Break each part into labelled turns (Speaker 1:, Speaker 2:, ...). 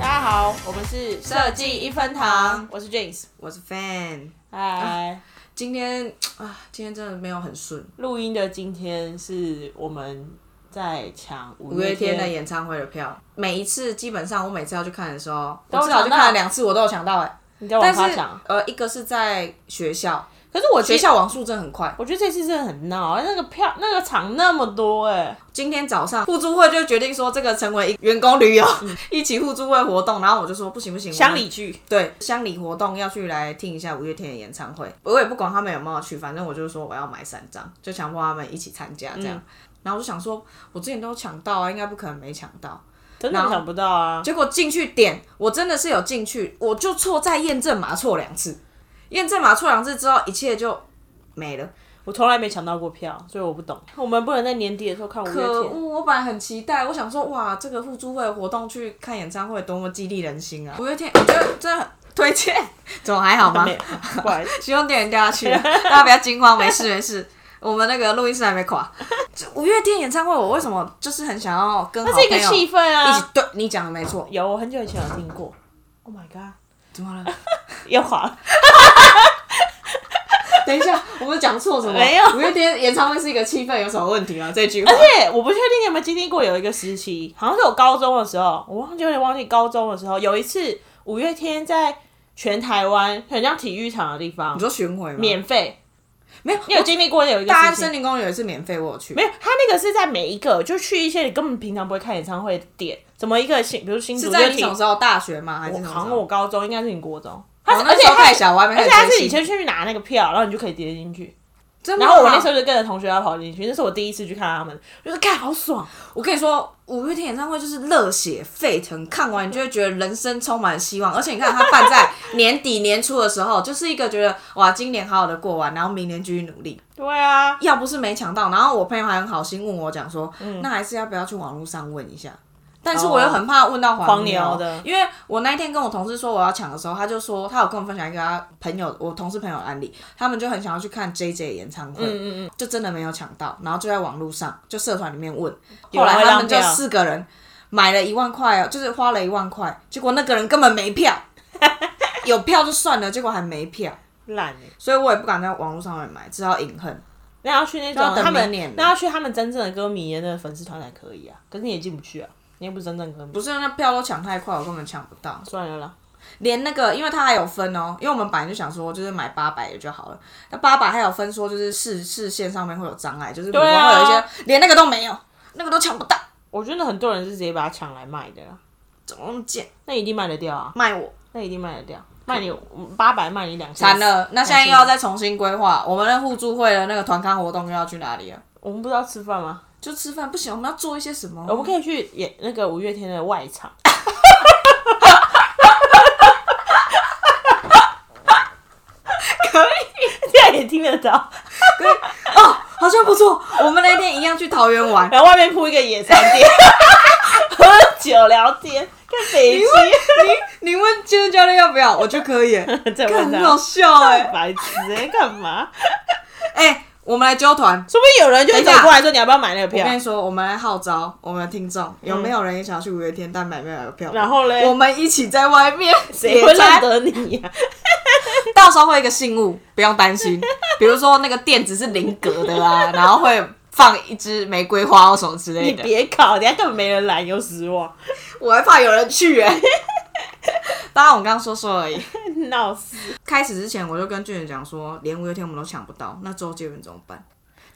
Speaker 1: 我们是设计一分堂，我是 James，
Speaker 2: 我是 Fan。
Speaker 1: 嗨。
Speaker 2: 今天啊，今天真的没有很顺。
Speaker 1: 录音的今天是我们在抢五
Speaker 2: 五月
Speaker 1: 月
Speaker 2: 天
Speaker 1: 天
Speaker 2: 的演唱会的票，每一次基本上我每次要去看的时候，
Speaker 1: 都
Speaker 2: 我
Speaker 1: 有
Speaker 2: 至少
Speaker 1: 抢
Speaker 2: 去
Speaker 1: 到
Speaker 2: 看了两次，我都有抢到哎、
Speaker 1: 你在网
Speaker 2: 但
Speaker 1: 咖
Speaker 2: 是
Speaker 1: 抢，
Speaker 2: 呃，一个是在学校，
Speaker 1: 可是我
Speaker 2: 学
Speaker 1: 学校，
Speaker 2: 校网速真的很快。
Speaker 1: 我觉得这次真的很闹，那个票那个场那么多哎、
Speaker 2: 今天早上互助会就决定说这个成为一员工旅游，
Speaker 1: 嗯
Speaker 2: 一起互助会活动，然后我就说不行不行，我们
Speaker 1: 乡里剧，
Speaker 2: 对乡里活动要去来听一下五月天的演唱会，我也不管他们有没有去，反正我就是说我要买三张，就强迫他们一起参加这
Speaker 1: 嗯
Speaker 2: 样。然后我就想说，我之前都抢到啊，应该不可能没抢到。
Speaker 1: 真的想不到啊！
Speaker 2: 结果进去点，我真的是有进去，我就错在验证码错两次，验证码错两次之后，一切就没了。
Speaker 1: 我从来没抢到过票，所以我不懂。我们不能在年底的时候看五月
Speaker 2: 可
Speaker 1: 天，
Speaker 2: 恶！我本来很期待，我想说，哇，这个互助会活动去看演唱会多么激励人心啊！五月天，我觉得真的很推 荐，怎么还好吗
Speaker 1: 没？有，不好意思，
Speaker 2: 希望电源掉下去了，大家不要惊慌，没事没事。我们那个录音室还没垮。这五月天演唱会，我为什么就是很想要跟好
Speaker 1: 那 是
Speaker 2: 朋
Speaker 1: 一
Speaker 2: 友
Speaker 1: 个
Speaker 2: 一
Speaker 1: 气氛
Speaker 2: 起
Speaker 1: 啊。？
Speaker 2: 对，你讲的没错。
Speaker 1: 有，我很久以前有听过。Oh my god，
Speaker 2: 怎么了？
Speaker 1: 又滑了。
Speaker 2: 等一下，我们讲错什么？
Speaker 1: 没有
Speaker 2: 五月天演唱会是一个气氛，有什么问题吗？这句话
Speaker 1: 而。且我不确定你有没有经历过有一个时期，好像是我高中的时候，我忘记有点忘记高中的时候，有一次五月天在全台湾很像体育场的地方
Speaker 2: 你说巡回吗？
Speaker 1: 免费，
Speaker 2: 没有，
Speaker 1: 你有经历过有一个
Speaker 2: 大安
Speaker 1: 事
Speaker 2: 森
Speaker 1: 情？
Speaker 2: 林公园有一次免费，我有去。
Speaker 1: 没有，他那个是在每一个就去一些你根本平常不会看演唱会的点，怎么一个新，比如新竹就
Speaker 2: 是在你什
Speaker 1: 挺
Speaker 2: 么，时候？大学吗？还是什么时候？
Speaker 1: 好像我高中应该是你国中，他
Speaker 2: 我
Speaker 1: 是
Speaker 2: 那
Speaker 1: 而且
Speaker 2: 时候
Speaker 1: 他
Speaker 2: 太
Speaker 1: 是
Speaker 2: 小，我还没开
Speaker 1: 而
Speaker 2: 始
Speaker 1: 且他
Speaker 2: 追
Speaker 1: 是
Speaker 2: 星。
Speaker 1: 以前去拿那个票，然后你就可以直接进去。
Speaker 2: 真的
Speaker 1: 然后我那时
Speaker 2: 候，
Speaker 1: 候就跟着同学要跑进去，那是我第一次去看他们，就是看好爽，
Speaker 2: 我跟你说，五月天演唱会就是热血沸腾，看完你就会觉得人生充满希望。而且你看他办在年底年初的时候，就是一个觉得哇，今年好好的过完，然后明年继续努力。
Speaker 1: 对啊，
Speaker 2: 要不是没抢到，然后我朋友还很好心问我讲说，
Speaker 1: 嗯
Speaker 2: 那还是要不要去网络上问一下？但是我又很怕问到黄
Speaker 1: 哦黄
Speaker 2: 牛,、
Speaker 1: 牛的
Speaker 2: 因为我那一天跟我同事说我要抢的时候，他就说他有跟我分享一个他朋友，我同事朋友的案例，他们就很想要去看 J J 演唱会，
Speaker 1: 嗯嗯嗯，
Speaker 2: 就真的没有抢到，然后就在网络上就社团里面问，
Speaker 1: 有
Speaker 2: 后
Speaker 1: 人
Speaker 2: 来
Speaker 1: 会
Speaker 2: 他
Speaker 1: 让
Speaker 2: 们就
Speaker 1: 票
Speaker 2: 四个人买了一万块哦，就是花了一万块，结果那个人根本没 票，有票就算了，结果还没票，
Speaker 1: 烂欸
Speaker 2: 所以我也不敢在网络上面买，只好隐恨。
Speaker 1: 那要去那
Speaker 2: 要
Speaker 1: 种
Speaker 2: 等
Speaker 1: 他们
Speaker 2: 明年了，
Speaker 1: 那要去他们真正的歌迷的那个粉丝团才可以啊。可是你也进不去啊，你又不是真正歌迷。
Speaker 2: 不是那票都抢太快，我根本抢不到。
Speaker 1: 算了啦，
Speaker 2: 连那个，因为它还有分哦，因为我们本来就想说，就是买八百的就好了。那八百还有分说，就是视视线上面会有障碍，就是比如
Speaker 1: 对
Speaker 2: 说
Speaker 1: 啊
Speaker 2: 会有一些，连那个都没有，那个都抢不到，
Speaker 1: 我觉得很多人是直接把它抢来卖的啦。
Speaker 2: 怎么那么贱？
Speaker 1: 那一定卖得掉啊，
Speaker 2: 卖我
Speaker 1: 那一定卖得掉，卖你八百，卖你两千。
Speaker 2: 惨了！那现在又要再重新规划，我们的互助会的那个团康活动又要去哪里啊？
Speaker 1: 我们不是要吃饭吗？
Speaker 2: 就吃饭不行，我们要做一些什么？
Speaker 1: 我们可以去演那个五月天的外 场。可以， 这样也听得到。
Speaker 2: 哦，好像不错。我们那天一样去桃园玩，
Speaker 1: 然后外面铺一个野餐垫， 喝酒聊天，看北极，
Speaker 2: 你你问健身教练要不要，我就可以耶，
Speaker 1: 再
Speaker 2: 看
Speaker 1: 问
Speaker 2: 很好
Speaker 1: 他。
Speaker 2: 笑哎、
Speaker 1: 白痴哎、干 嘛？
Speaker 2: 哎、我们来揪团，
Speaker 1: 说不定有人就会走
Speaker 2: 等一下
Speaker 1: 过来说你要不要买那个
Speaker 2: 我跟
Speaker 1: 票
Speaker 2: 你？说，我们来号召我们的听众，有没有人也想要去五月天，但买不了票？
Speaker 1: 然后嘞
Speaker 2: 我们一起在外面
Speaker 1: 谁
Speaker 2: 野
Speaker 1: 会认
Speaker 2: 餐，
Speaker 1: 得你啊呀、
Speaker 2: 到时候会有一个信物，不用担心。比如说那个垫子是菱格的啊，然后会放一支玫瑰花或什么之类
Speaker 1: 你
Speaker 2: 的。
Speaker 1: 别搞，等下根本没人来，你又失望，
Speaker 2: 我还怕有人去哎、 当然我刚刚说说而已。
Speaker 1: 闹死！
Speaker 2: 开始之前我就跟俊仁讲说，连五月天我们都抢不到，那周杰伦怎么办？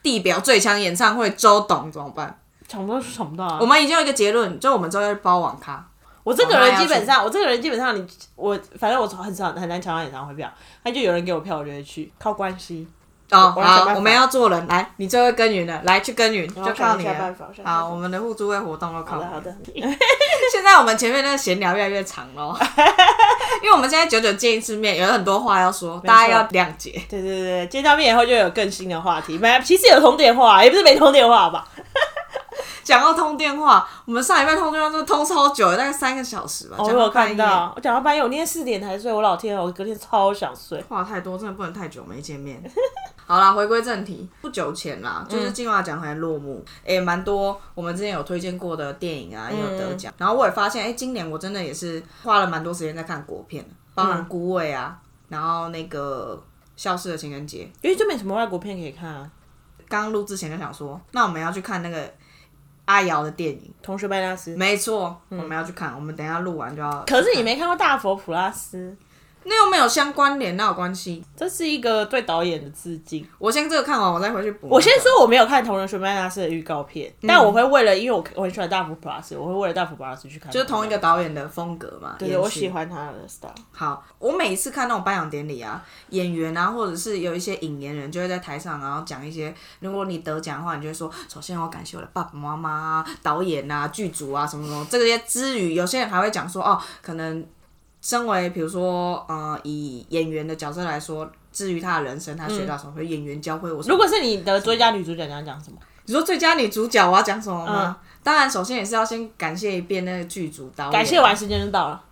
Speaker 2: 地表最强演唱会周董怎么办？
Speaker 1: 抢不到就抢不到啊
Speaker 2: 我！们已经有一个结论，就我们周要去包网咖。
Speaker 1: 我这个
Speaker 2: 我妈
Speaker 1: 人
Speaker 2: 要
Speaker 1: 基本上，我这个人基本上你，我反正我很少很难抢到演唱会票，那就有人给我票，我就会去，靠关系。
Speaker 2: 哦，
Speaker 1: 我要想
Speaker 2: 好
Speaker 1: 办，法
Speaker 2: 我们要做人，来，你最会耕耘了，来去耕耘，就靠
Speaker 1: 我想
Speaker 2: 你
Speaker 1: 一下办
Speaker 2: 了
Speaker 1: 法我想。一下办
Speaker 2: 好，
Speaker 1: 法
Speaker 2: 我们的互助会活动都靠
Speaker 1: 好
Speaker 2: 你
Speaker 1: 的
Speaker 2: 了。
Speaker 1: 好的，
Speaker 2: 现在我们前面那个闲聊越来越长喽，因为我们现在久久见一次面，有很多话要说，大家要谅解。
Speaker 1: 对对对对，见到面以后就有更新的话题，没其实有同点话，也不是没同点话吧？
Speaker 2: 讲到通电话，我们上礼拜通电话真的通超久的，大概三个小时吧。
Speaker 1: 哦我
Speaker 2: 讲到
Speaker 1: 有
Speaker 2: 哦半
Speaker 1: 看
Speaker 2: 夜
Speaker 1: 到，我讲到半夜，我那天四点才睡，我老天啊，我隔天超想睡。
Speaker 2: 话太多，真的不能太久没见面。 好啦，回归正题，不久前
Speaker 1: 嗯
Speaker 2: 啦，就是金马奖还落幕，也、蛮多我们之前有推荐过的电影啊，也有得
Speaker 1: 嗯
Speaker 2: 奖。然后我也发现，哎、今年我真的也是花了蛮多时间在看国片，包
Speaker 1: 嗯
Speaker 2: 含《孤味》啊，然后那个《消失的情人节
Speaker 1: 因为就没什么外国片可以看啊，》。
Speaker 2: 刚录之前就想说，那我们要去看那个阿瑶的电影，
Speaker 1: 《同学麦拉斯》。
Speaker 2: 没错，我们要去看，我们等一下录完就要。
Speaker 1: 可是你没看过《大佛普拉斯
Speaker 2: 那又没有相关联，那有关系？》，
Speaker 1: 这是一个对导演的致敬。
Speaker 2: 我先这个看完，我再回去补那个。
Speaker 1: 我先说我没有看《同人学麦拉斯》的预告片，
Speaker 2: 嗯
Speaker 1: 但我会为了，因为我我很喜欢大佛普拉斯，我会为了大佛普拉斯去看。
Speaker 2: 就是同一个导演的风格嘛，
Speaker 1: 对，
Speaker 2: 延
Speaker 1: 我
Speaker 2: 续
Speaker 1: 喜。欢他的 style。
Speaker 2: 好，我每一次看那种颁奖典礼啊，演员啊，或者是有一些引言人，就会在台上，然后讲一些，如果你得奖的话，你就会说，首先我感谢我的爸爸妈妈啊、导演啊、剧组啊什么什么，这些之余，有些人还会讲说，哦，可能身为比如说，呃，以演员的角色来说，至于他的人生，他学到什么，或者演员教会我什么。
Speaker 1: 如果是你的最佳女主角，你要讲什么？
Speaker 2: 你说最佳女主角，我要讲什么吗？当然，首先也是要先感谢一遍那个剧组导
Speaker 1: 嗯
Speaker 2: 演。
Speaker 1: 感谢。完时间就到了，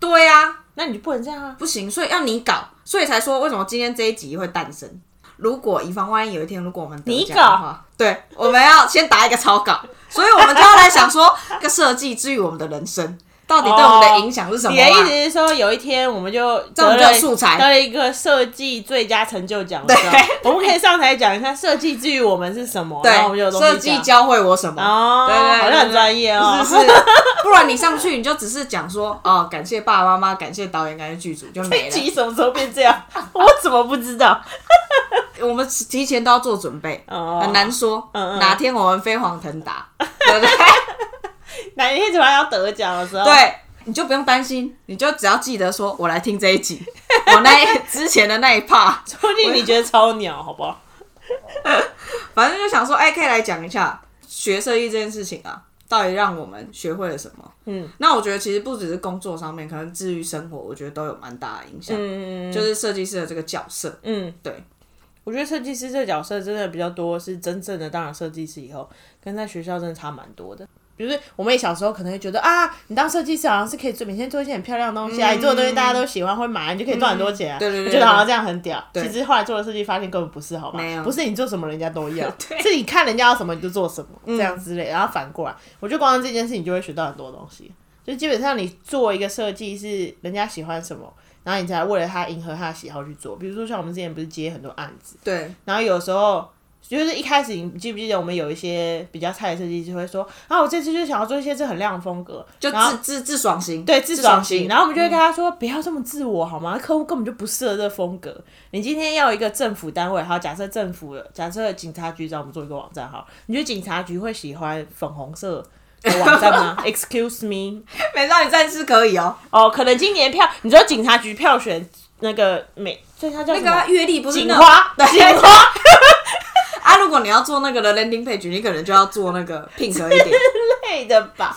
Speaker 2: 对呀、
Speaker 1: 那你就不能这样啊！
Speaker 2: 不行，所以要你搞，所以才说为什么今天这一集会诞生。如果以防万一有一天，如果我们得奖的话，对，我们要先打一个草稿，所以我们就要来想说，这个设计至于我们的人生，到底对我们的影响是什么、
Speaker 1: 你的意思
Speaker 2: 啊？
Speaker 1: 是说，哦有一天我们就
Speaker 2: 这
Speaker 1: 得
Speaker 2: 样我们就有
Speaker 1: 了
Speaker 2: 素材
Speaker 1: 得了一个设计最佳成就奖的时候，我们可以上台讲一下设计至于我们是什么，然后我们就有
Speaker 2: 对，
Speaker 1: 东西
Speaker 2: 设计
Speaker 1: 讲
Speaker 2: 教会我什么？
Speaker 1: 哦，
Speaker 2: 对对对
Speaker 1: 好像很专业哦。
Speaker 2: 是是，不然你上去你就只是讲说哦，感谢爸爸妈妈，感谢导演，感谢剧组就没
Speaker 1: 这
Speaker 2: 了。
Speaker 1: 集什么时候变这样？ 我怎么不知道？
Speaker 2: 我们提前都要做准备，
Speaker 1: 哦
Speaker 2: 很难说、
Speaker 1: 嗯嗯
Speaker 2: 哪天我们飞黄腾达， 对不对？
Speaker 1: 哪一天突然要得奖的时候，，
Speaker 2: 对，你就不用担心，你就只要记得说，我来听这一 集，我那一之前的那一 part，
Speaker 1: 说不定你觉得超鸟，好不好？
Speaker 2: 反正就想说，哎、可以来讲一下学设计这件事情啊，到底让我们学会了什么？
Speaker 1: 嗯，
Speaker 2: 那我觉得其实不只是工作上面，可能至于生活，我觉得都有蛮大的影响，
Speaker 1: 嗯
Speaker 2: 就是设计师的这个角色，
Speaker 1: 嗯，
Speaker 2: 对，
Speaker 1: 我觉得设计师这个角色真的比较多，是真正的当了设计师以后，跟在学校真的差蛮多的。就是我们也小时候可能会觉得啊，你当设计师好像是可以做每天做一些很漂亮的东西啊，你做的东西大家都喜欢会买，你就可以赚很多钱啊。
Speaker 2: 对对对
Speaker 1: 我觉得好像这样很屌。
Speaker 2: 对
Speaker 1: 其实后来做了设计，发现根本不是，好吗
Speaker 2: 没有？
Speaker 1: 不是你做什么人家都 要，是你看人家要什么你就做什么，
Speaker 2: 嗯
Speaker 1: 这样之类。然后反过来，我觉得光这件事情就会学到很多东西。就基本上你做一个设计是人家喜欢什么，然后你才为了他迎合他的喜好去做。比如说像我们之前不是接很多案子。
Speaker 2: 对，
Speaker 1: 然后有时候就是一开始你记不记得我们有一些比较菜的设计师会说，啊，我这次就想要做一些这很亮的风格，
Speaker 2: 就
Speaker 1: 然后
Speaker 2: 自自自爽型，
Speaker 1: 对自爽型，然后我们就会
Speaker 2: 看
Speaker 1: 跟他说，不要这么自我好吗？客户根本就不适合这个风格。你今天要一个政府单位，好，假设政府，假设警察局找我们做一个网站，好，你觉得警察局会喜欢粉红色？的网站 吗？Excuse me，
Speaker 2: 美少女战士可以哦、
Speaker 1: 哦，可能今年票，你知道警察局票选那个美，所以它叫
Speaker 2: 那
Speaker 1: 什
Speaker 2: 个啊
Speaker 1: 么？
Speaker 2: 阅历不是
Speaker 1: 警
Speaker 2: 那种
Speaker 1: 花，警
Speaker 2: 对
Speaker 1: 花，
Speaker 2: 啊，如果你要做那个的 landing page，你可能就要做那个 pink 一 点，
Speaker 1: 类的吧，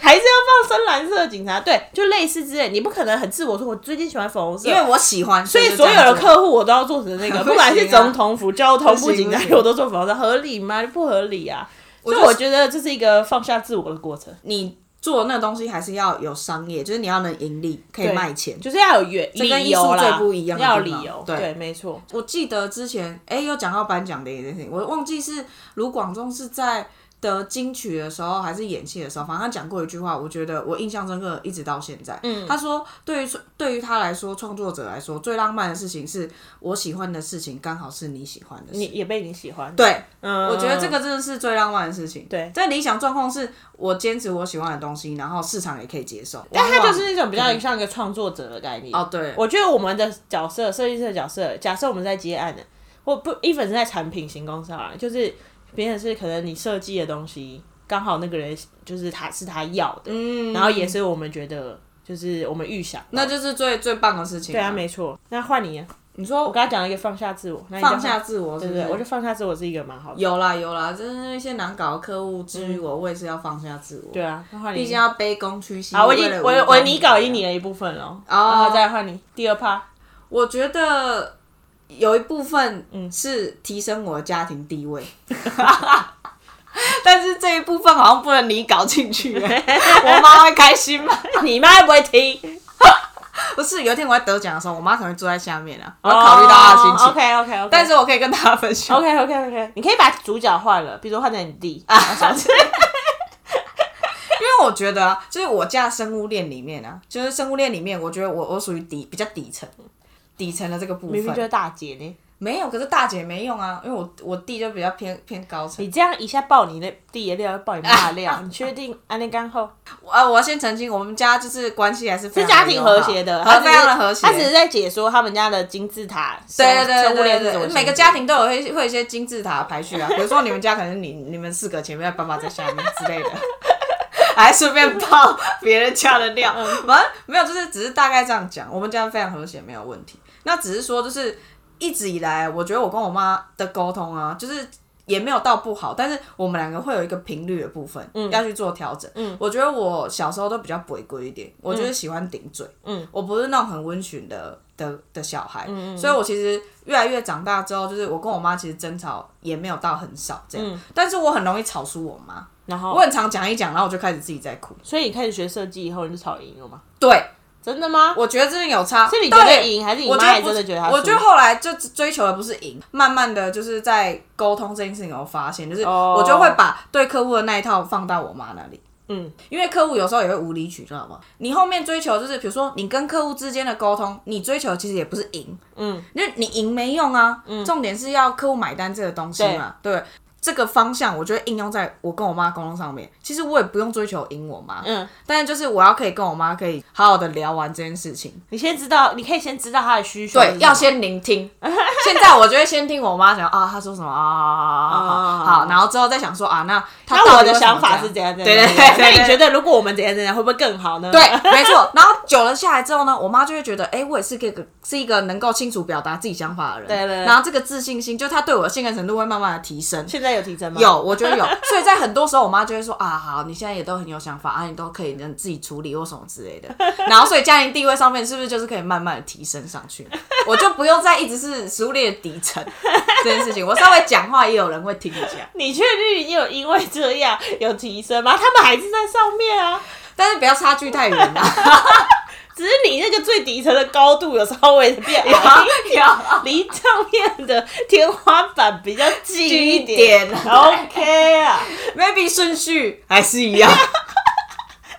Speaker 1: 还是要放深蓝色的警察队，就类似之类。你不可能很自我说，我最近喜欢粉红色，
Speaker 2: 因为我喜欢，所
Speaker 1: 所以所有的客户我都要做成那
Speaker 2: 不行啊
Speaker 1: 个，不管是总统府、交通
Speaker 2: 不
Speaker 1: 部、
Speaker 2: 行
Speaker 1: 警
Speaker 2: 不
Speaker 1: 察
Speaker 2: 行
Speaker 1: 局，我都做粉红色，合理吗？不合理啊！所以
Speaker 2: 就是
Speaker 1: 我觉得这是一个放下自我的过程，
Speaker 2: 你做那东西还是要有商业，就是你要能盈利，可以
Speaker 1: 对
Speaker 2: 卖钱。
Speaker 1: 就是要有原
Speaker 2: 跟
Speaker 1: 理
Speaker 2: 艺术
Speaker 1: 由啦，
Speaker 2: 最不一样的
Speaker 1: 要有
Speaker 2: 地方
Speaker 1: 理由，
Speaker 2: 对
Speaker 1: 对，没错。
Speaker 2: 我记得之前，哎、又讲到颁奖的一件事情，我忘记是卢广仲是在得金曲的时候，还是演戏的时候，反正他讲过一句话，我觉得我印象深刻，一直到现在。嗯，他说，对于对于他来说，创作者来说，最浪漫的事情是我喜欢的事情，刚好是你喜欢的事
Speaker 1: 你
Speaker 2: 情。
Speaker 1: 也被你喜欢，
Speaker 2: 对，
Speaker 1: 嗯，
Speaker 2: 我觉得这个真的是最浪漫的事情。
Speaker 1: 对
Speaker 2: 在理想状况是我坚持我喜欢的东西，然后市场也可以接受。
Speaker 1: 但他
Speaker 2: 往
Speaker 1: 就
Speaker 2: 往
Speaker 1: 是那种比较像一个创作者的概念。
Speaker 2: 哦对
Speaker 1: 我觉得我们的角色，设计师的角色，假设我们在接案的，或不，even 是在产品行公司啊，就是别人是可能你设计的东西，刚好那个人就是他是他要的，
Speaker 2: 嗯，
Speaker 1: 然后哦也是我们觉得就是我们预想到的，
Speaker 2: 那就是最最棒的事情、
Speaker 1: 对啊，没错。那换你啊，
Speaker 2: 你
Speaker 1: 我
Speaker 2: 说
Speaker 1: 刚刚讲了一个放下自我，那你就
Speaker 2: 放下自我是
Speaker 1: 对
Speaker 2: 不
Speaker 1: 不
Speaker 2: 是？
Speaker 1: 对？我就放下自我是一个蛮好的，
Speaker 2: 有啦有啦，就是一些难搞的客户，至于我，我也是要放下自我。
Speaker 1: 嗯对，啊，那换你。
Speaker 2: 毕竟要卑躬屈膝。
Speaker 1: 好，我已
Speaker 2: 为
Speaker 1: 经
Speaker 2: 了
Speaker 1: 我
Speaker 2: 我的
Speaker 1: 我你搞
Speaker 2: 梦想
Speaker 1: 赢你了一部分了，
Speaker 2: 哦
Speaker 1: 然后再换你第二趴。
Speaker 2: 我觉得
Speaker 1: 嗯
Speaker 2: 有一部分是提升我的家庭地位，但是这一部分好像不能你搞进 去、欸，我妈会开心吗？
Speaker 1: 你妈又不会听，
Speaker 2: 不是，有一天我在得奖的时候，我妈可能坐在下面啊，
Speaker 1: 哦
Speaker 2: 我要考虑到她的心情。
Speaker 1: OK OK OK，
Speaker 2: 但是我可以跟大家分享
Speaker 1: OK OK OK，你可以把主角换了，比如说换成你弟
Speaker 2: 啊，因为我觉得啊、就是我家生物链里面啊，就是生物链里面，我觉得我我属于底比较底层，底层的这个部
Speaker 1: 明明就
Speaker 2: 分
Speaker 1: 是大姐呢。
Speaker 2: 没有，可是大姐没用啊，因为我我弟就比较偏偏高层。
Speaker 1: 你这样一下爆你的弟的料，又爆你妈的 料，你确定安利干后？
Speaker 2: 啊，我要先澄清，我们家就是关系还是是
Speaker 1: 是家庭和谐的，
Speaker 2: 和
Speaker 1: 他
Speaker 2: 哦非常的和谐。
Speaker 1: 他只是在解说他们家的金字塔，
Speaker 2: 对对
Speaker 1: 生物
Speaker 2: 对
Speaker 1: 链
Speaker 2: 对
Speaker 1: 是怎么
Speaker 2: 对，
Speaker 1: 形成
Speaker 2: 每个家庭都有会会有一些金字塔 排序啊，比如说你们家可能你你们四个前面，爸爸在下面之类的， 还顺便爆别人家的料，
Speaker 1: 嗯
Speaker 2: 反正 没有，就是只是大概这样讲，我们家非常和谐，没有问题。那只是说，就是一直以来，我觉得我跟我妈的沟通啊，就是。也没有到不好，但是我们两个会有一个频率的部分，要去做调整。嗯，我觉得我小时候都比较违规一点，我就是喜欢顶嘴，嗯，我不是那种很温驯的的的小孩，所以我其实越来越长大之后，就是我跟我妈其实争吵也没有到很少这样，但是我很容易吵输我妈，
Speaker 1: 然
Speaker 2: 我
Speaker 1: 后，
Speaker 2: 很常讲一讲，然后我就开始自己在哭。
Speaker 1: 所以你开始学设计以后，你就吵赢了吗？
Speaker 2: 对，
Speaker 1: 真的吗？
Speaker 2: 我觉得真的有差，
Speaker 1: 是你觉
Speaker 2: 对
Speaker 1: 得赢，还是你
Speaker 2: 我
Speaker 1: 妈
Speaker 2: 觉得
Speaker 1: 还
Speaker 2: 不
Speaker 1: 真
Speaker 2: 是
Speaker 1: 的觉得他输？
Speaker 2: 我觉得后来就追求的不是赢，慢慢的就是在沟通这件事情，我发现就是
Speaker 1: 哦
Speaker 2: 我就会把对客户的那一套放到我妈那里。
Speaker 1: 嗯，
Speaker 2: 因为客户有时候也会无理取闹嘛。你后面追求就是，比如说你跟客户之间的沟通，你追求其实也不是赢，
Speaker 1: 嗯，
Speaker 2: 因为你赢没用啊。重点是要客户买单这个东西嘛，对。这个方向，我觉得应用在我跟我妈沟通上面。其实我也不用追求赢我妈，
Speaker 1: 嗯，
Speaker 2: 但是就是我要可以跟我妈可以好好的聊完这件事情，
Speaker 1: 你先知道，你可以先知道他的需求是什
Speaker 2: 对，
Speaker 1: 么，
Speaker 2: 要先聆听。现在我就会先听我妈讲啊，她说什么啊啊啊啊，好，然后之后再想说啊，那她
Speaker 1: 哦那
Speaker 2: 到
Speaker 1: 我
Speaker 2: 底
Speaker 1: 的
Speaker 2: 为什么
Speaker 1: 想
Speaker 2: 这
Speaker 1: 法
Speaker 2: 样
Speaker 1: 是怎样怎样？
Speaker 2: 对对
Speaker 1: 怎
Speaker 2: 对
Speaker 1: 样，
Speaker 2: 对
Speaker 1: 那
Speaker 2: 对
Speaker 1: 你觉得如果我们怎样怎样，会不会更好呢？
Speaker 2: 对，没错。然后久了下来之后呢，我妈就会觉得，哎、我也是个是一个能够清楚表达自己想法的人。
Speaker 1: 对对对
Speaker 2: 然后这个自信心，就她对我的信任程度会慢慢的提升。
Speaker 1: 现在有提升吗？，
Speaker 2: 有，我觉得有。 所以在很多时候，我妈就会说啊，好，你现在也都很有想法啊，你都可以能自己处理或什么之类的。然后，所以家庭地位上面是不是就是可以慢慢的提升上去？我就不用再一直是食物链的底层这件事情。我稍微讲话也有人会听一下，
Speaker 1: 你确定你有因为这样有提升吗？他们还是在上面啊，
Speaker 2: 但是不要差距太远啊啦。
Speaker 1: 只是你那个最底层的高度有稍微的变矮一
Speaker 2: 有有。
Speaker 1: 离上面的天花板比较近一
Speaker 2: 近一点
Speaker 1: OK 啊，
Speaker 2: maybe 顺序还是一样，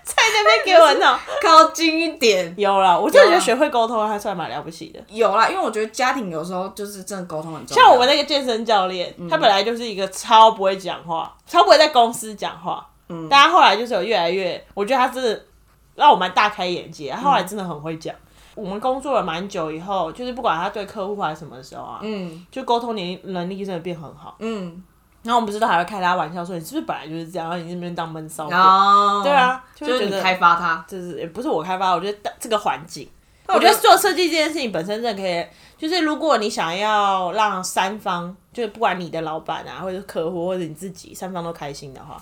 Speaker 1: 在那边给我弄。
Speaker 2: 靠近一点。
Speaker 1: 有啦，我真的觉
Speaker 2: 有
Speaker 1: 得
Speaker 2: 啊
Speaker 1: 学会沟通还算蛮了不起的。
Speaker 2: 有啦，因为我觉得家庭有时候就是真的沟通很重要。
Speaker 1: 像我们那个健身教练，
Speaker 2: 嗯
Speaker 1: 他本来就是一个超不会讲话，超不会在公司讲话。嗯，但他后来就是有越来越，我觉得他真的让我蛮大开眼界。他后
Speaker 2: 嗯
Speaker 1: 来真的很会讲。我们工作了蛮久以后，就是不管他对客户还是什么时候啊，
Speaker 2: 嗯
Speaker 1: 就沟通能力能力真的变很好。
Speaker 2: 嗯，
Speaker 1: 然后我们不是都还会开他玩笑说，你是不是本来就是这样，然后你那边当闷骚鬼？
Speaker 2: 哦，对
Speaker 1: 对啊，就
Speaker 2: 就
Speaker 1: 会
Speaker 2: 是
Speaker 1: 觉
Speaker 2: 你
Speaker 1: 得
Speaker 2: 开发它。
Speaker 1: 就是也不是我开发，我觉得这个环境，
Speaker 2: 我
Speaker 1: 我觉得做设计这件事情本身真的可以，就是如果你想要让三方，就是不管你的老板啊，或者是客户，或者你自己，三方都开心的话，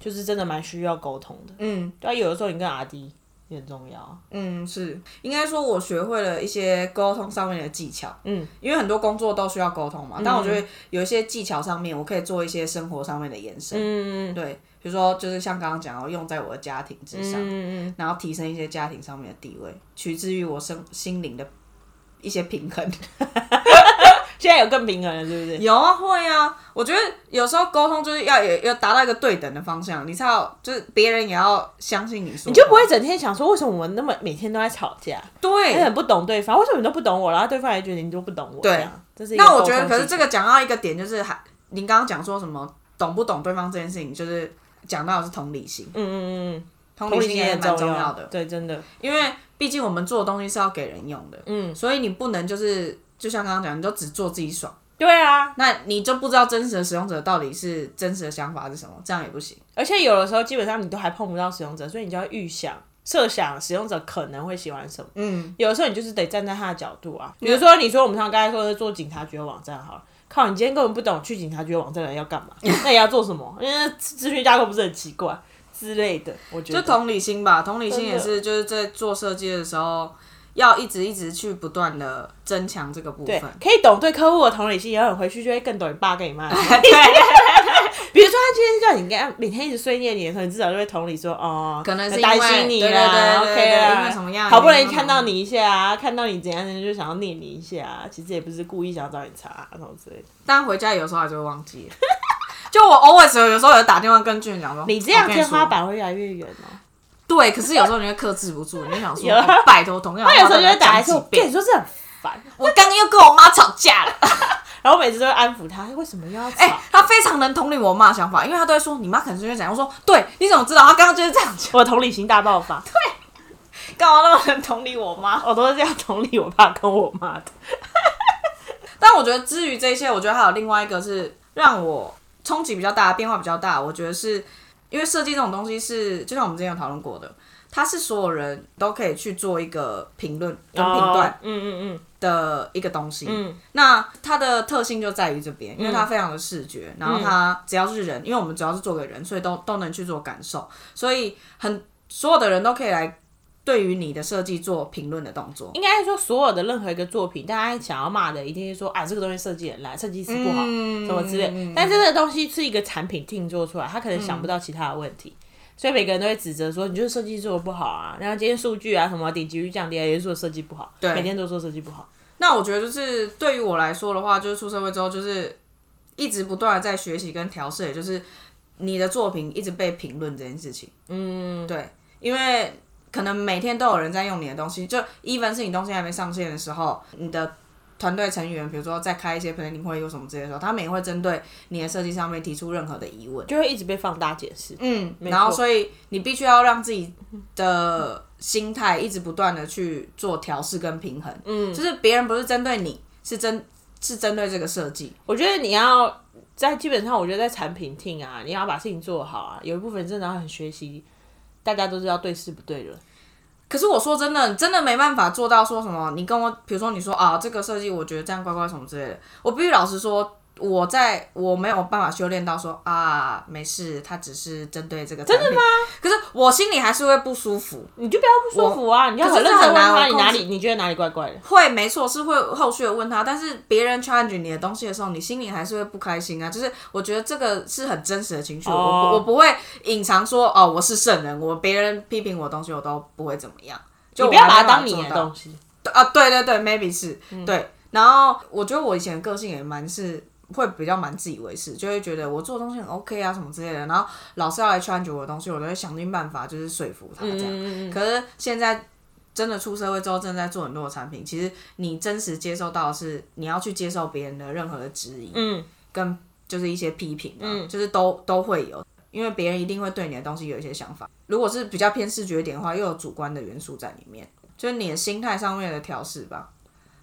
Speaker 1: 就是真的蛮需要沟通的。
Speaker 2: 嗯
Speaker 1: 对啊，有的时候你跟阿迪也很重要啊。
Speaker 2: 嗯是，应该说我学会了一些沟通上面的技巧。
Speaker 1: 嗯，
Speaker 2: 因为很多工作都需要沟通嘛，但我觉得有一些技巧上面，我可以做一些生活上面的延伸。
Speaker 1: 嗯
Speaker 2: 对，比如说就是像刚刚讲的，用在我的家庭之上。
Speaker 1: 嗯嗯，
Speaker 2: 然后提升一些家庭上面的地位，取之于我生心灵的一些平衡。
Speaker 1: 现在有更平衡了，是不是？
Speaker 2: 有啊，会啊。我觉得有时候沟通就是要也要达到一个对等的方向，你才有就是别人也要相信你说，
Speaker 1: 你就不会整天想说为什么我们那么每天都在吵架，你
Speaker 2: 对。
Speaker 1: 很不懂对方，为什么你都不懂我，然后对方也觉得你都不懂我。
Speaker 2: 对
Speaker 1: 这样，这哦是一个
Speaker 2: 那我觉
Speaker 1: 沟
Speaker 2: 得，
Speaker 1: 通
Speaker 2: 可是
Speaker 1: 技
Speaker 2: 这
Speaker 1: 巧
Speaker 2: 个讲到一个点，就是还您刚刚讲说什么懂不懂对方这件事情，就是讲到的是同理心，
Speaker 1: 嗯嗯嗯嗯，
Speaker 2: 同
Speaker 1: 同
Speaker 2: 理
Speaker 1: 理
Speaker 2: 心
Speaker 1: 心
Speaker 2: 也
Speaker 1: 也
Speaker 2: 是
Speaker 1: 很
Speaker 2: 蛮
Speaker 1: 重
Speaker 2: 要
Speaker 1: 要
Speaker 2: 的，
Speaker 1: 对，真的。
Speaker 2: 因为毕竟我们做的东西是要给人用的，
Speaker 1: 嗯，
Speaker 2: 所以你不能就是就像刚刚讲，你就只做自己爽。
Speaker 1: 对啊，
Speaker 2: 那你就不知道真实的使用者到底是真实的想法是什么，这样也不行。
Speaker 1: 而且有的时候基本上你都还碰不到使用者，所以你就要预想、设想使用者可能会喜欢什么。
Speaker 2: 嗯，
Speaker 1: 有的时候你就是得站在他的角度啊，比如说你说我们像刚才说的做警察局的网站好了。靠！你今天根本不懂去警察局的网站的人要 干嘛，那也要做什么？因为资讯架构不是很奇怪之类的，我觉
Speaker 2: 就
Speaker 1: 得。
Speaker 2: 同理心吧，同理心
Speaker 1: 真的
Speaker 2: 也是就是在做设计的时候，要一直一直去不断的增强这个部分。
Speaker 1: 可以懂对客户的同理心，然后你回去就会更懂你爸跟你妈。
Speaker 2: 对，
Speaker 1: 比如说他今天叫你跟他每天一直碎念你的时候，你至少就会同理说哦，
Speaker 2: 可能是因为
Speaker 1: 担心你
Speaker 2: 对对
Speaker 1: 啦
Speaker 2: 对对
Speaker 1: ，OK 啦，
Speaker 2: 对因为什么样
Speaker 1: 好不容易
Speaker 2: 因为什么
Speaker 1: 看到你一下啊，看到你怎样，人家就想要念你一下啊，其实也不是故意想要找你茬啊什么之类的。
Speaker 2: 但回家有时候还是会忘记。 就我 always 有有时候有打电话跟俊讲说，哦
Speaker 1: 你这样
Speaker 2: 我跟
Speaker 1: 天
Speaker 2: 说
Speaker 1: 花板会越来越远哦。
Speaker 2: 对，可是有时候你会克制不住，你就想 说，
Speaker 1: 有啊
Speaker 2: 哦拜托，同 样
Speaker 1: 他
Speaker 2: 的
Speaker 1: 有
Speaker 2: 话
Speaker 1: 时候就会打
Speaker 2: 再
Speaker 1: 一
Speaker 2: 讲几
Speaker 1: 次，我跟
Speaker 2: 遍
Speaker 1: 你说这很烦，
Speaker 2: 我刚刚又跟我妈吵架 了。
Speaker 1: 然后我每次都会安抚他，为什么又要
Speaker 2: 哎、
Speaker 1: 吵？
Speaker 2: 他非常能同理我妈的想法，因为他都会说你妈可能是因为怎样。我说对，你怎么知道？他刚刚就是这样讲，
Speaker 1: 我同理心大爆发，
Speaker 2: 干嘛那么能同理我 妈？
Speaker 1: 我都是这样同理我爸跟我妈的。
Speaker 2: 但我觉得至于这些，我觉得还有另外一个是让我冲击比较大、变化比较大。我觉得是因为设计这种东西是，就像我们之前有讨论过的，它是所有人都可以去做一个评论跟评断
Speaker 1: 哦，嗯嗯
Speaker 2: 的一个东西。
Speaker 1: 嗯
Speaker 2: 那它的特性就在于这边，因为它非常的视觉，然
Speaker 1: 嗯
Speaker 2: 后它只要是人，因为我们主要是做给人，所以都都能去做感受，所以很所有的人都可以来对于你的设计做评论的动作。
Speaker 1: 应该说所有的任何一个作品，大家想要骂的一定是说啊，这个东西设计很烂，设计师不好，什么之类。但这个东西是一个产品定做出来，他可能想不到其他的问题。所以每个人都会指责说，你就是设计做的不好啊，然后今天数据啊什么顶级率降低啊，也是说设计不好，
Speaker 2: 对
Speaker 1: 每天都说设计不好，
Speaker 2: 那我觉得就是对于我来说的话，就是出社会之后，就是一直不断的在学习跟调试，也就是你的作品一直被评论这件事情。嗯，对，因为可能每天都有人在用你的东西，就 even 是你东西还没上线的时候，你的。团队成员，比如说在开一些 planning 会或什么之类的时候，他们也会针对你的设计上面提出任何的疑问。
Speaker 1: 就会一直被放大解释。
Speaker 2: 嗯，
Speaker 1: 没
Speaker 2: 然后
Speaker 1: 错
Speaker 2: 所以你必须要让自己的心态一直不断的去做调试跟平衡。嗯，就是别人不是针对你，是针是针对这个设计。
Speaker 1: 我觉得你要在基本上，我觉得在产品厅啊，你要把事情做好啊。有一部分真的要很学习，大家都知道对事不对人。
Speaker 2: 可是我说真的，真的没办法做到说什么。你跟我，比如说你说啊，这个设计我觉得这样乖乖什么之类的，我必须老实说，我在我没有办法修炼到说啊，没事，他只是针对这个真的吗？可是我心里还是会不舒服。
Speaker 1: 你就不要不舒服啊！你要很认真问
Speaker 2: 可是这很
Speaker 1: 他，
Speaker 2: 难
Speaker 1: 你哪
Speaker 2: 我
Speaker 1: 里你觉得哪里怪怪的？
Speaker 2: 会，没错，是会后续的问他，但是别人 challenge 你的东西的时候，你心里还是会不开心啊。就是我觉得这个是很真实的情绪，
Speaker 1: 哦
Speaker 2: 我不我不会隐藏说哦，我是圣人，我别人批评我的东西我都不会怎么样。就
Speaker 1: 你
Speaker 2: 我
Speaker 1: 不要
Speaker 2: 还
Speaker 1: 把它
Speaker 2: 没
Speaker 1: 当
Speaker 2: 办
Speaker 1: 你
Speaker 2: 法
Speaker 1: 的
Speaker 2: 做到
Speaker 1: 东西。
Speaker 2: 啊，对对对，maybe 是、
Speaker 1: 嗯
Speaker 2: 对。然后我觉得我以前的个性也蛮是会比较蛮自以为是，就会觉得我做的东西很 OK 啊什么之类的。然后老师要来 challenge 我的东西，我都会想尽办法就是说服他这样。
Speaker 1: 嗯，
Speaker 2: 可是现在真的出社会之后，正在做很多的产品，其实你真实接受到的是你要去接受别人的任何的质疑，
Speaker 1: 嗯，
Speaker 2: 跟就是一些批评、啊，嗯，就是都都会有，因为别人一定会对你的东西有一些想法。如果是比较偏视觉一点的话，又有主观的元素在里面，就是你的心态上面的调试吧。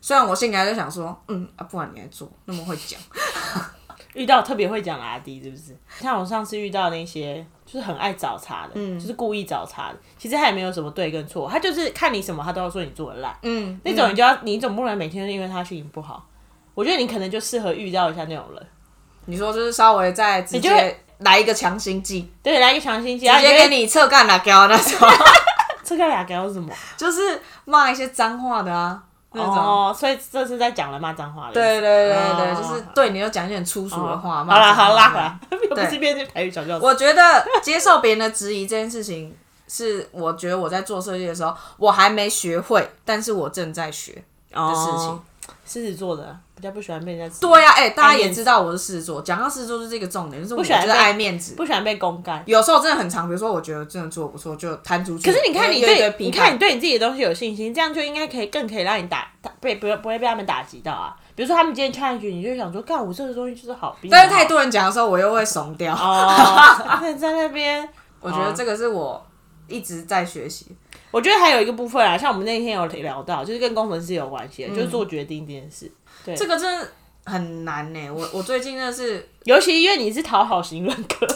Speaker 2: 虽然我心里还在想说，嗯啊，不然你来做，那么会讲，
Speaker 1: 遇到特别会讲的阿迪是不是？像我上次遇到那些就是很爱找茬的，
Speaker 2: 嗯
Speaker 1: 就是故意找茬的，其实他也没有什么对跟错，他就是看你什么，他都要说你做的烂。
Speaker 2: 嗯，
Speaker 1: 那种你就要，你总不能每天都因为他心情不好。我觉得你可能就适合遇到一下那种人。
Speaker 2: 你说就是稍微再直
Speaker 1: 你就
Speaker 2: 接
Speaker 1: 会
Speaker 2: 来一个强心剂，
Speaker 1: 对，来一个强心剂，啊
Speaker 2: 直接给
Speaker 1: 你
Speaker 2: 你侧干打胶 那种。
Speaker 1: 这个俩搞什么？
Speaker 2: 就是骂一些脏话的啊，那种。
Speaker 1: 哦，所以这是在讲了骂脏话的意思。
Speaker 2: 对对对对，
Speaker 1: 哦
Speaker 2: 就是对你就讲一些很粗俗的话。
Speaker 1: 好
Speaker 2: 骂脏
Speaker 1: 啦
Speaker 2: 话
Speaker 1: 好啦好
Speaker 2: 这样
Speaker 1: 啦， 又不是变成台语小教室。
Speaker 2: 我觉得接受别人的质疑这件事情，是我觉得我在做设计的时候，我还没学会，但是我正在学。
Speaker 1: 的
Speaker 2: 事情
Speaker 1: 狮子座的比较不喜欢被人家指
Speaker 2: 对呀、啊，哎、大家
Speaker 1: 爱面
Speaker 2: 也
Speaker 1: 子
Speaker 2: 知道我是狮子座，讲到狮子座就是一个重点，就是我
Speaker 1: 喜欢
Speaker 2: 觉得
Speaker 1: 被
Speaker 2: 爱面子。
Speaker 1: 不喜欢被公干。
Speaker 2: 有时候真的很长，比如说我觉得真的做得不错，就摊出
Speaker 1: 可
Speaker 2: 去。
Speaker 1: 是你看你
Speaker 2: 有一堆
Speaker 1: 对，
Speaker 2: 批
Speaker 1: 你
Speaker 2: 判
Speaker 1: 看你对你自己的东西有信心，这样就应该可以更可以让你打打被不不会被他们打击到啊。比如说他们今天 challenge 你，你就想说，干我这个东西就是好，啊
Speaker 2: 但是太多人讲的时候，我又会怂掉。
Speaker 1: 哦，在那边。
Speaker 2: 我觉得这个是我一直在学习。
Speaker 1: 我觉得还有一个部分啊，像我们那天有聊到，就是跟工程师有关系的，就是做决定这件事。对，
Speaker 2: 这个真的很难呢、我我最近真的是
Speaker 1: 尤其因为你是讨好型人格，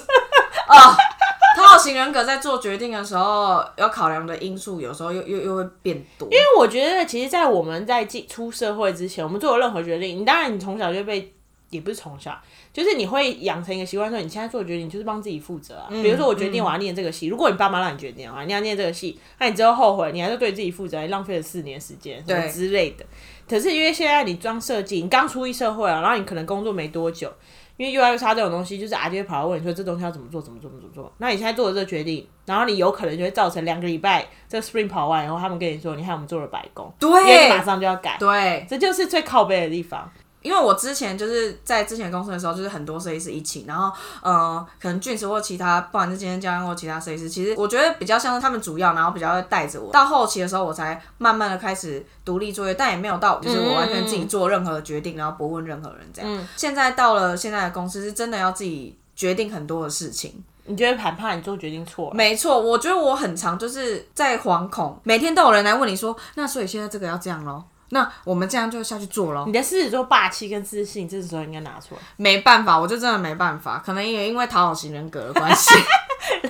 Speaker 2: 讨好型人格在做决定的时候，要考量的因素有时候又又又会变多。因为
Speaker 1: 因为我觉得，其实，在我们在进出社会之前，我们做的任何决定，你当然你从小就被也不是从小，就是你会养成一个习惯，说你现在做决定，你就是帮自己负责啊。比如说我决定我要念这个系，如果你爸妈让你决定啊，你要念这个系，那你之后后悔，你还是对自己负责，你浪费了四年时间什么
Speaker 2: 对
Speaker 1: 之类的。可是因为现在你装设计，你刚出一社会啊，然后你可能工作没多久，因为 UI U 叉这种东西，就是阿杰跑来问你说这东西要怎么做，怎么做，怎么做。那你现在做的这个决定，然后你有可能就会造成两个礼拜这 Spring 跑完以后，他们跟你说你害我们做了白工，因为你马
Speaker 2: 对
Speaker 1: 上就要改，
Speaker 2: 对，
Speaker 1: 这就是最靠背的地方。
Speaker 2: 因为我之前就是在之前公司的时候，就是很多设计师一起，然后呃，可能俊师或其他，不管是今天教练或其他设计师，其实我觉得比较像是他们主要，然后比较会带着我。到后期的时候，我才慢慢的开始独立作业，但也没有到就是我完全自己做任何决定，然后不问任何人这样。现在到了现在的公司，是真的要自己决定很多的事情。
Speaker 1: 你觉得很怕你做决定错了，
Speaker 2: 没错，我觉得我很常就是在惶恐，每天都有人来问你说，那所以现在这个要这样咯，那我们这样就下去做咯。
Speaker 1: 你的狮子座霸气跟自信，这时候应该拿出来。
Speaker 2: 没办法，我就真的没办法，可能也因为讨好型人格的关系。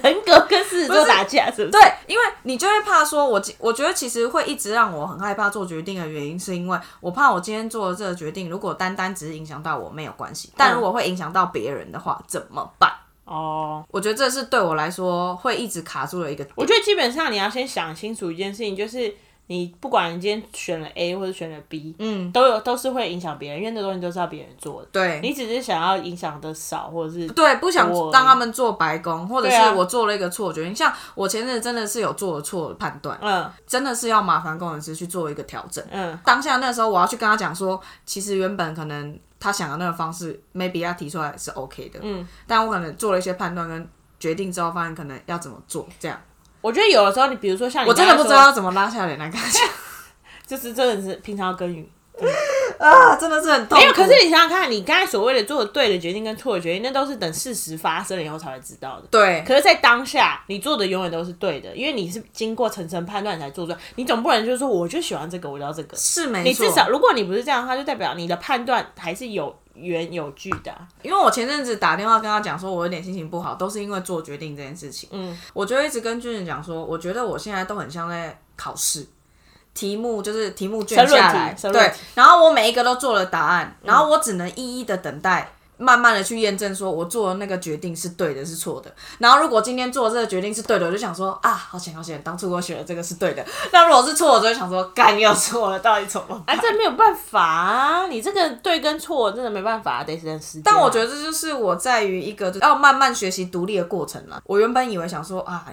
Speaker 1: 人格跟狮子座打架是不是？
Speaker 2: 对，因为你就会怕说，我我觉得其实会一直让我很害怕做决定的原因，是因为我怕我今天做的这个决定，如果单单只是影响到我没有关系，但如果会影响到别人的话怎么办？
Speaker 1: 哦，
Speaker 2: 我觉得这是对我来说会一直卡住的一个。
Speaker 1: 我觉得基本上你要先想清楚一件事情，就是你不管你今天选了 A 或者选了 B，嗯，都有都是会影响别人，因为那东西都是要别人做的。
Speaker 2: 对
Speaker 1: 你只是想要影响的少，或者是
Speaker 2: 对，不想
Speaker 1: 我
Speaker 2: 让他们做白工，或者
Speaker 1: 对啊
Speaker 2: 是我做了一个错决定，像我前阵子真的是有做了错的判断，
Speaker 1: 嗯
Speaker 2: 真的是要麻烦工程师去做一个调整。
Speaker 1: 嗯
Speaker 2: 当下那时候我要去跟他讲说，其实原本可能他想的那个方式，maybe 他提出来是 OK 的，
Speaker 1: 嗯，
Speaker 2: 但我可能做了一些判断跟决定之后，发现可能要怎么做，这样
Speaker 1: 我觉得有的时候你比如说像你
Speaker 2: 我真的不
Speaker 1: 刚
Speaker 2: 知
Speaker 1: 才
Speaker 2: 道
Speaker 1: 说，
Speaker 2: 要怎么拉下脸来跟他讲
Speaker 1: 就是真的是平常要耕耘。
Speaker 2: 啊，真的是很痛苦。
Speaker 1: 没有，可是你想想看，你刚才所谓的做的对的决定跟错的决定，那都是等事实发生了以后才会知道的。
Speaker 2: 对
Speaker 1: 可是，在当下，你做的永远都是对的，因为你是经过层层判断才做出来。你总不能就是说，我就喜欢这个，我就要这个。
Speaker 2: 是没
Speaker 1: 你
Speaker 2: 错，
Speaker 1: 至少，如果你不是这样的话，就代表你的判断还是有缘有据的啊、
Speaker 2: 因为我前阵子打电话跟他讲说，我有点心情不好，都是因为做决定这件事情。
Speaker 1: 嗯，
Speaker 2: 我就一直跟俊俊讲说，我觉得我现在都很像在考试，题目就是题目卷
Speaker 1: 申论
Speaker 2: 下
Speaker 1: 题
Speaker 2: 来，
Speaker 1: 申论
Speaker 2: 对
Speaker 1: 题，嗯
Speaker 2: 然后我每一个都做了答案，然后我只能一一的等待。慢慢的去验证，说我做的那个决定是对的，是错的。然后如果今天做的这个决定是对的，我就想说啊，好险好险，当初我选的这个是对的。那如果是错的，我就会想说，干又错了，到底怎么办？
Speaker 1: 啊，这没有办法啊！你这个对跟错真的没办法、得等时间啊、
Speaker 2: 但我觉得这就是我在于一个就是要慢慢学习独立的过程了。我原本以为想说啊，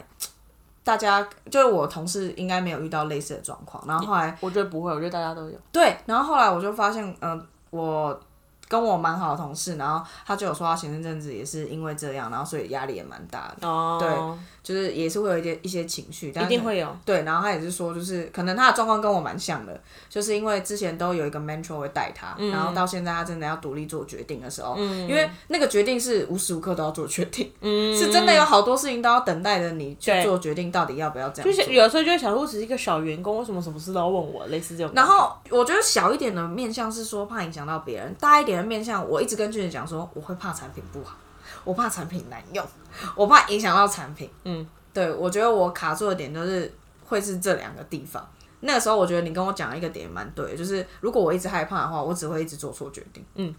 Speaker 2: 大家就是我同事应该没有遇到类似的状况，然后后来
Speaker 1: 我觉得不会，我觉得大家都有。
Speaker 2: 对，然后后来我就发现，嗯、我跟我蛮好的同事，然后他就有说他前一阵子也是因为这样，然后所以压力也蛮大的，
Speaker 1: 哦，
Speaker 2: 就是也是会有一些一些情绪，但
Speaker 1: 一
Speaker 2: 是
Speaker 1: 定会有。
Speaker 2: 对，然后他也是说，就是可能他的状况跟我蛮像的，就是因为之前都有一个 mentor 会带他，
Speaker 1: 嗯
Speaker 2: 然后到现在他真的要独立做决定的时候，因为那个决定是无时无刻都要做决定， 是真的有好多事情都要等待着你去
Speaker 1: 嗯对
Speaker 2: 做决定，到底要不要这样
Speaker 1: 就
Speaker 2: 做。
Speaker 1: 是有时候就会想说，我只是一个小员工，为什么什么事都要问我？类似这种。
Speaker 2: 然后我觉得小一点的面向是说怕影响到别人，大一点的面向，我一直跟俊杰讲说，我会怕产品不好，我怕产品难用，我怕影响到产品。
Speaker 1: 嗯，
Speaker 2: 对，我觉得我卡住的点就是会是这两个地方。那个时候我觉得你跟我讲一个点也蛮对的，就是如果我一直害怕的话，我只会一直做错决定。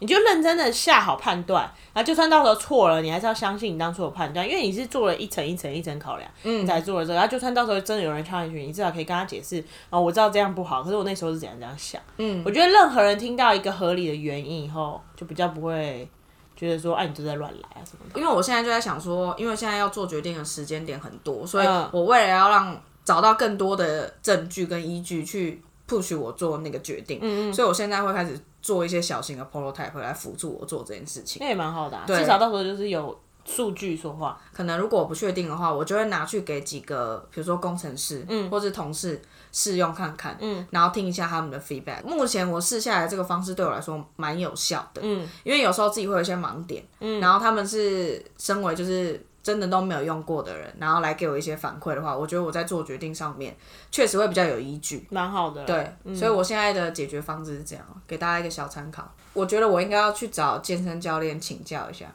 Speaker 1: 你就认真的下好判断，然后就算到时候错了，你还是要相信你当初的判断，因为你是做了一层一层一层考量，嗯，才做了这个。然后就算到时候真的有人敲进去，你至少可以跟他解释，哦，我知道这样不好，可是我那时候是怎样怎样想。嗯，我觉得任何人听到一个合理的原因以后，就比较不会觉得说，哎、你就在乱来啊什么的。
Speaker 2: 因为我现在就在想说，因为现在要做决定的时间点很多，所以
Speaker 1: 嗯
Speaker 2: 我为了要让找到更多的证据跟依据去 push 我做那个决定，所以我现在会开始做一些小型的 prototype 来辅助我做这件事情。
Speaker 1: 那也蛮好的、啊，至少到时候就是有数据说话。
Speaker 2: 可能如果我不确定的话，我就会拿去给几个，比如说工程师，嗯，或是同事试用看看，嗯，然后听一下他们的 feedback。目前我试下来这个方式对我来说蛮有效的，嗯，因为有时候自己会有一些盲点，嗯，然后他们是身为就是真的都没有用过的人，然后来给我一些反馈的话，我觉得我在做决定上面确实会比较有依据。
Speaker 1: 蛮好的，
Speaker 2: 对，，所以我现在的解决方式是这样，给大家一个小参考。我觉得我应该要去找健身教练请教一下，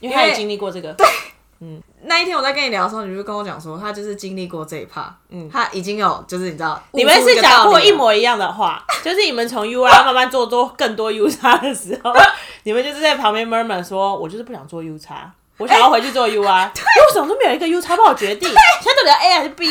Speaker 1: 因为他也经历过这个，对，
Speaker 2: 嗯，那一天我在跟你聊的时候，你就跟我讲说，他就是经历过这一趴，嗯，他已经有就是你知道，
Speaker 1: 你们是讲过一
Speaker 2: 模。
Speaker 1: 模一样的 话，就是你们从 U R 慢慢做做更多 U 叉的时 候，你们就是在旁边 murmur 说，我就是不想做 U 叉，我想要回去做 U R，因为我怎么都没有一个 U 叉帮我决定，哎 现在到底要 A 还是 B？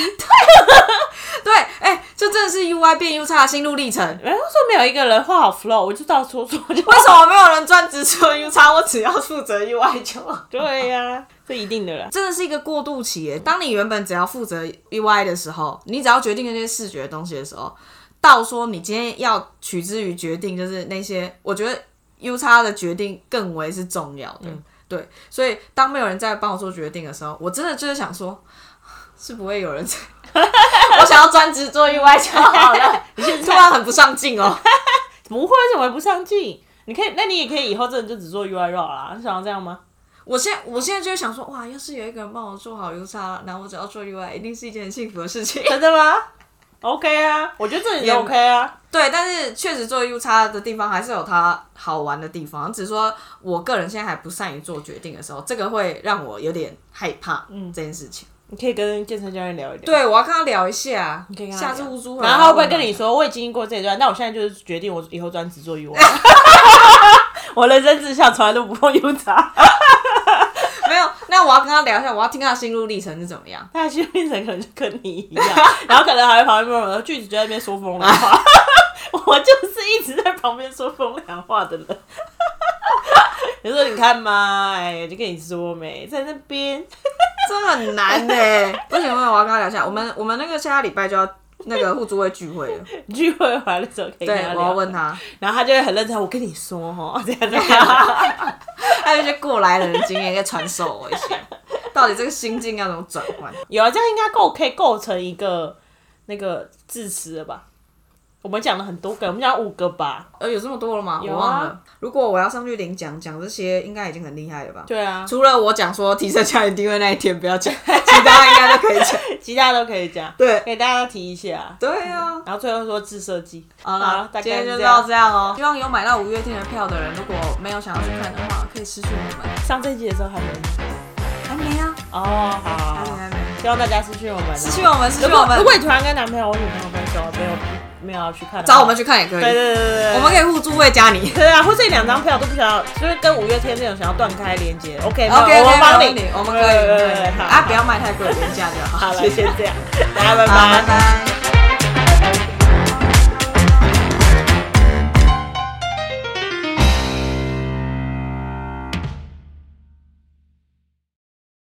Speaker 2: 对，哎、这真的是 UI 变 U 叉的心路历程。
Speaker 1: 然后说没有一个人画好 flow，我就到处说 就
Speaker 2: 为什么没有人专职做 U 叉？我只要负责 UI 就好。
Speaker 1: 对呀、这一定的啦。
Speaker 2: 真的是一个过渡期耶。当你原本只要负责 UI 的时候，你只要决定那些视觉的东西的时候，到说你今天要取之于决定，就是那些我觉得 U 叉的决定更为是重要的。对，所以当没有人在帮我做决定的时候，我真的就是想说，是不会有人在。 我想要专职做 UI 就好了。你现在突然很不上进哦。
Speaker 1: 不会，怎么会不上进？你可以，那你也可以以后真的就只做 UI r o 啦。你想要这样吗？
Speaker 2: 我现在我现在就会想说，哇，要是有一个人帮我做好 U 叉，然后我只要做 UI，一定是一件很幸福的事情。
Speaker 1: 真的吗？OK 啊，我觉得这也
Speaker 2: 也
Speaker 1: OK 啊。
Speaker 2: 对，但是确实做 U 叉的地方还是有它好玩的地方，只是说我个人现在还不善于做决定的时候，这个会让我有点害怕。嗯，这件事情，
Speaker 1: 你可以跟健身教练聊一聊。
Speaker 2: 对我要跟他聊一下，
Speaker 1: 可以跟他
Speaker 2: 下
Speaker 1: 聊，
Speaker 2: 次乌租回来
Speaker 1: 啊然后他会不会
Speaker 2: 我问
Speaker 1: 跟
Speaker 2: 他
Speaker 1: 你说，我已经过这一段，那我现在就是决定我以后专职做 U I。我人生志向从来都不碰 U 叉，
Speaker 2: 没有？那我要跟他聊一下，我要听他的心路历程是怎么样。
Speaker 1: 他的心路历程可能就跟你一样， 然后可能还会旁边默默地句子就在那边说风凉话。 我就是一直在旁边说风凉话的人。 你说你看嘛，哎，就跟你说没，在那边
Speaker 2: 这很难呢、 不行不行，我要跟他聊一下。我们我们那个下礼拜就要那个互助会聚会 了，
Speaker 1: 聚会完了之后可以跟
Speaker 2: 对，
Speaker 1: 他
Speaker 2: 我要
Speaker 1: 聊，
Speaker 2: 问他，
Speaker 1: 然后他就会很认真。我跟你说哦， 这样 这样，
Speaker 2: 还有一些过来人的经验，再传授我一些，到底这个心境要怎么转换？
Speaker 1: 有啊，这样应该够可以构成一个那个字词了吧？我们讲了很多个，我们讲五个吧？
Speaker 2: 呃，有这么多了吗？
Speaker 1: 有啊
Speaker 2: 我忘了。如果我要上去领奖，讲这些应该已经很厉害了吧？
Speaker 1: 对啊，
Speaker 2: 除了我讲说提升家庭地位那一天不要讲，其他应该都可以讲。
Speaker 1: 其他都可以讲，
Speaker 2: 对
Speaker 1: 给大家都提一下。
Speaker 2: 对啊，
Speaker 1: 然后最后说自设计，
Speaker 2: 好
Speaker 1: 好
Speaker 2: 了，
Speaker 1: 大
Speaker 2: 今
Speaker 1: 概是
Speaker 2: 天就
Speaker 1: 这样
Speaker 2: 到这样哦。希望有买到五月天的票的人，如果没有想要去看的话，可以私讯我们。
Speaker 1: 上这一集的时候还没
Speaker 2: 还没啊，
Speaker 1: 哦，好好
Speaker 2: 还没
Speaker 1: 好
Speaker 2: 还没，
Speaker 1: 希望大家失去我们啊。
Speaker 2: 私讯我们，私
Speaker 1: 如
Speaker 2: 讯我
Speaker 1: 果
Speaker 2: 们
Speaker 1: 如，果你突然跟男朋友或女朋友分手，没有没有要去看，
Speaker 2: 找我们。去看也可
Speaker 1: 对对
Speaker 2: 以，
Speaker 1: 对对对，
Speaker 2: 我们可以互助会加你。
Speaker 1: 对啊，或者你两张票都不想要，就是跟五月天这种想要断开连接，OK，没有
Speaker 2: OK，
Speaker 1: 我们帮
Speaker 2: 你，我们可以，
Speaker 1: 对对对
Speaker 2: 对
Speaker 1: 好
Speaker 2: 啊，
Speaker 1: 好
Speaker 2: 不要卖太贵，廉价就好。
Speaker 1: 好了，
Speaker 2: 谢
Speaker 1: 先
Speaker 2: 谢，
Speaker 1: 这样，大家拜
Speaker 2: 好，
Speaker 1: 拜
Speaker 2: 拜。拜。